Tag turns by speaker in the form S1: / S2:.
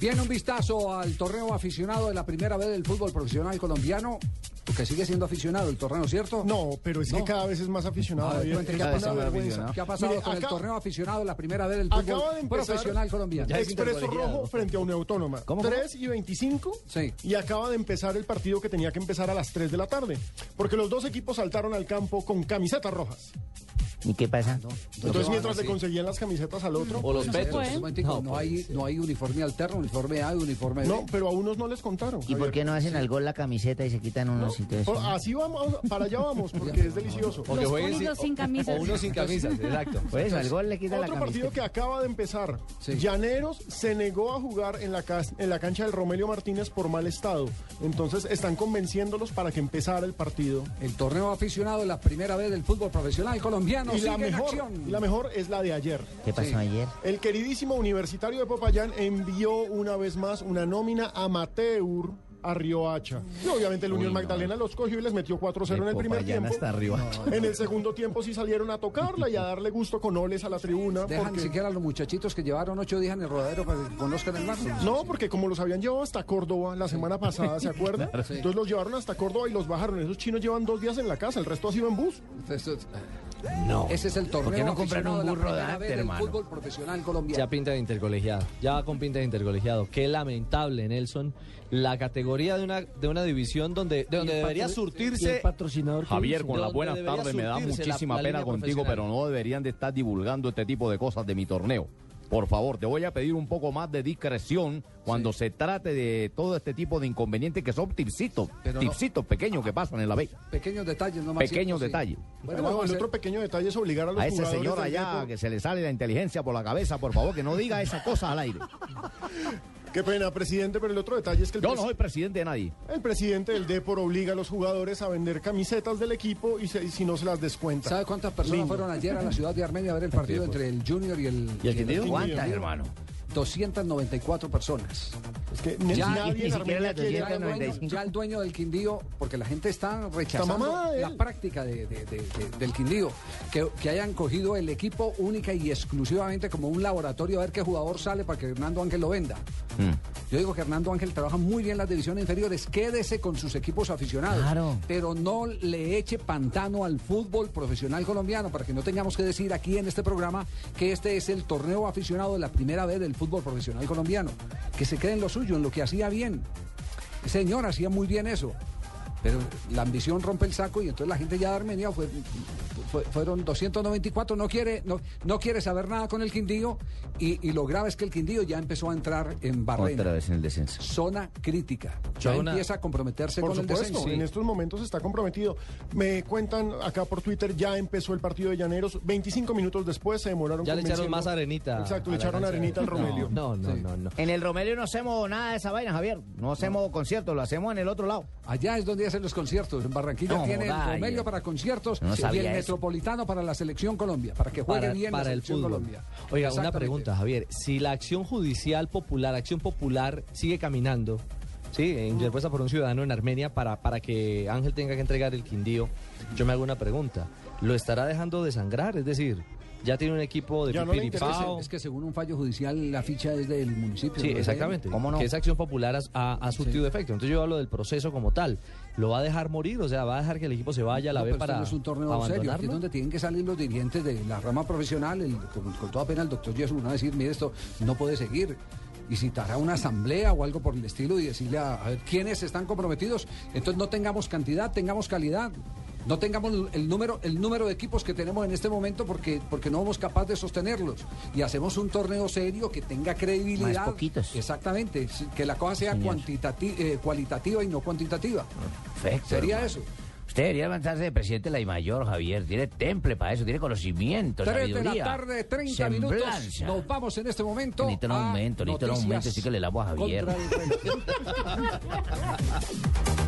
S1: Bien, un vistazo al torneo aficionado de la primera vez del fútbol profesional colombiano. Porque sigue siendo aficionado el torneo, ¿cierto?
S2: No, pero es que
S1: No. Ah,
S2: cada vez es más aficionado.
S1: A ver,
S2: Javier,
S1: cuente, ¿qué,
S2: es
S1: ha
S2: una
S1: pasado,
S2: vergüenza.
S1: ¿Qué ha pasado
S2: Mire,
S1: con el
S2: acá-
S1: torneo aficionado de la primera vez del
S2: Acaba de
S1: fútbol
S2: empezar
S1: profesional colombiano?
S2: Expreso Rojo frente a una autónoma. 3 y 25.
S1: Sí.
S2: Y acaba de empezar el partido que tenía que empezar a las 3 de la tarde. Porque los dos equipos saltaron al campo con camisetas rojas.
S3: ¿Y qué pasa?
S2: Entonces, mientras le conseguían las camisetas al otro.
S4: O los petos.
S2: ¿eh?
S1: Un momentico, No, hay, no hay uniforme alterno, uniforme A y uniforme B.
S2: No, pero a unos no les contaron.
S3: ¿Y por
S2: Javier.
S3: qué no hacen al gol la camiseta y se quitan unos y todo
S2: Por-
S3: eso?
S2: Así vamos, para allá vamos, porque es delicioso.
S4: O que
S5: Los
S4: jueguen
S5: únicos sin camisas.
S4: O uno sin camisas, exacto. Pues,
S3: Por eso, Pues, al gol le quitan la
S2: Otro partido que
S3: camiseta.
S2: acaba de empezar.
S1: Sí.
S2: Llaneros se negó a jugar en la, cas- en la cancha del Romelio Martínez por mal estado. Entonces están convenciéndolos para que empezara el partido.
S1: El torneo aficionado de la primera vez del fútbol profesional colombiano.
S2: Y
S1: sigue
S2: la,
S1: en
S2: mejor,
S1: acción.
S2: y la mejor es la de ayer.
S3: ¿Qué
S1: Sí.
S3: pasó ayer?
S2: El queridísimo universitario de Popayán envió una vez más una nómina amateur a Riohacha. Y obviamente el Unión Magdalena los cogió y les metió 4-0 en el primer tiempo. En el segundo tiempo sí salieron a tocarla y a darle gusto con oles a la tribuna.
S1: Dejan
S2: porque-
S1: siquiera a los muchachitos que llevaron ocho días en el rodadero para que conozcan el mar.
S2: No, porque como los habían llevado hasta Córdoba la semana pasada, ¿se acuerda?
S1: Sí.
S2: Entonces los llevaron hasta Córdoba y los bajaron. Esos chinos llevan dos días en la casa, el resto ha sido en bus.
S1: No. Ese es el torneo
S3: ¿Por qué no compran
S1: aficionado
S3: un
S1: de la
S3: burro
S1: primera
S3: de arte,
S1: vez del
S3: hermano?
S1: fútbol profesional colombiano.
S4: Ya pinta de intercolegiado. Ya va con pinta de intercolegiado. Qué lamentable, Nelson. La categoría de una, de una división donde, de donde debería surtirse.
S3: patrocinador
S6: Javier, con las
S4: ¿Dónde
S6: buenas
S4: debería
S6: tardes, me da
S4: surtirse la-
S6: muchísima
S4: la
S6: pena
S4: línea
S6: contigo,
S4: profesional?
S6: pero no deberían de estar divulgando este tipo de cosas de mi torneo. Por favor, te voy a pedir un poco más de discreción cuando se trate de todo este tipo de inconvenientes que son tipsitos,
S1: Pero no-
S6: tipsitos pequeños que pasan en la B.
S1: Pequeños detalles nomás.
S6: Pequeños
S1: ¿cierto? Sí.
S6: detalles.
S1: Bueno,
S2: Bueno,
S1: vamos a
S2: el
S1: hacer-
S2: otro pequeño detalle es obligar a los
S6: A ese
S2: jugadores
S6: señor
S2: del
S6: allá
S2: Depo-
S6: que se le sale la inteligencia por la cabeza, por favor, que no diga esas cosas al aire.
S2: Qué pena, presidente, pero el otro detalle es que el,
S6: Yo no
S2: pres-
S6: soy presidente de nadie.
S2: el presidente del Depor obliga a los jugadores a vender camisetas del equipo y, se- y si no se las descuenta.
S1: ¿Sabe cuántas personas
S2: Lindo.
S1: fueron ayer a la ciudad de Armenia a ver el partido entre el Junior y el...
S6: ¿Y el Quindío?
S3: ¿Cuántas, hermano?
S1: 294 personas.
S2: Es que ni-
S1: Ya,
S2: nadie
S3: ni
S2: en
S3: siquiera
S2: Armenia
S3: las
S2: quiere...
S1: Ya el, dueño,
S3: 195.
S1: ya el dueño del Quindío, porque la gente está
S2: mamada
S1: rechazando
S2: de
S1: la
S2: él.
S1: práctica de- de- de- de- del Quindío, que, que hayan cogido el equipo única y exclusivamente como un laboratorio a ver qué jugador sale para que Hernando Ángel lo venda. Yo digo que Hernando Ángel trabaja muy bien las divisiones inferiores, quédese con sus equipos aficionados,
S3: Claro.
S1: pero no le eche pantano al fútbol profesional colombiano para que no tengamos que decir aquí en este programa que este es el torneo aficionado de la primera vez del fútbol profesional colombiano, que se cree en lo suyo, en lo que hacía bien. Señor, hacía muy bien eso. Pero la ambición rompe el saco y entonces la gente ya de Armenia fue- fue- fueron 294, no quiere, no, no quiere saber nada con el Quindío y, y lo grave es que el Quindío ya empezó a entrar en
S6: Otra
S1: barrena,
S6: vez en el descenso.
S1: zona crítica, ya
S4: Yo una-
S1: empieza a comprometerse
S2: Por
S1: con el
S2: supuesto,
S1: descenso.
S2: en estos momentos está comprometido. Me cuentan acá por Twitter, ya empezó el partido de Llaneros. 25 minutos después se demoraron
S4: Ya le echaron
S2: convenciendo.
S4: más arenita.
S2: Exacto,
S4: a
S2: le
S4: la
S2: echaron
S4: cancha.
S2: arenita al Romelio.
S4: No, no,
S1: Sí.
S4: no, no.
S3: En el Romelio no hacemos nada de esa vaina, Javier. No hacemos conciertos, lo hacemos en el otro lado.
S1: Allá es donde hacen los conciertos. En Barranquilla
S3: No,
S1: tiene el
S3: vaya.
S1: Romelio para conciertos
S3: No
S1: y
S3: sabía
S1: el
S3: eso.
S1: Metropolitano para la Selección Colombia, para que juegue
S4: Para,
S1: bien la
S4: para el
S1: Selección
S4: fútbol.
S1: Colombia.
S4: Oiga, una
S1: Exactamente.
S4: pregunta, Javier. Si la acción judicial popular, acción popular, sigue caminando, sí, en respuesta por un ciudadano en Armenia para, para que Ángel tenga que entregar el Quindío, yo me hago una pregunta. ¿Lo estará dejando desangrar? Es decir, ya tiene un equipo de
S2: Ya no le
S1: Es
S4: pipiripao.
S1: que- Es que según un fallo judicial la ficha es del municipio.
S4: Sí,
S1: ¿no?
S4: exactamente.
S3: ¿Cómo no?
S4: Que esa acción popular ha, ha- ha surtido efecto. Entonces yo hablo del proceso como tal. ¿Lo va a dejar morir? O sea, ¿va a dejar que el equipo se vaya a la
S1: No,
S4: B
S1: pero esto
S4: para
S1: no es un torneo serio, aquí es
S4: abandonarlo?
S1: donde tienen que salir los dirigentes de la rama profesional, el- con, con toda pena el doctor Yesun, a decir, mire esto, no puede seguir. Y citará una asamblea o algo por el estilo y decirle a, a ver quiénes están comprometidos. Entonces no tengamos cantidad, tengamos calidad. No tengamos el- el número, el número de equipos que tenemos en este momento porque, porque no somos capaces de sostenerlos. Y hacemos un torneo serio que tenga credibilidad.
S3: Más poquitos.
S1: Exactamente. sí, Que la cosa sea
S3: Señor.
S1: cuantitati- eh, cualitativa y no cuantitativa.
S3: Perfecto.
S1: Sería eso.
S3: Usted debería levantarse de presidente de la mayor, Javier. Tiene temple para eso, tiene conocimiento,
S1: 3 de la
S3: sabiduría,
S1: tarde, 30 minutos.
S3: semblanza.
S1: Nos vamos en este momento.
S3: Necesita un
S1: a
S3: aumento, necesita un
S1: Noticias
S3: aumento, sí que le lavo a Javier.
S1: contra el reloj.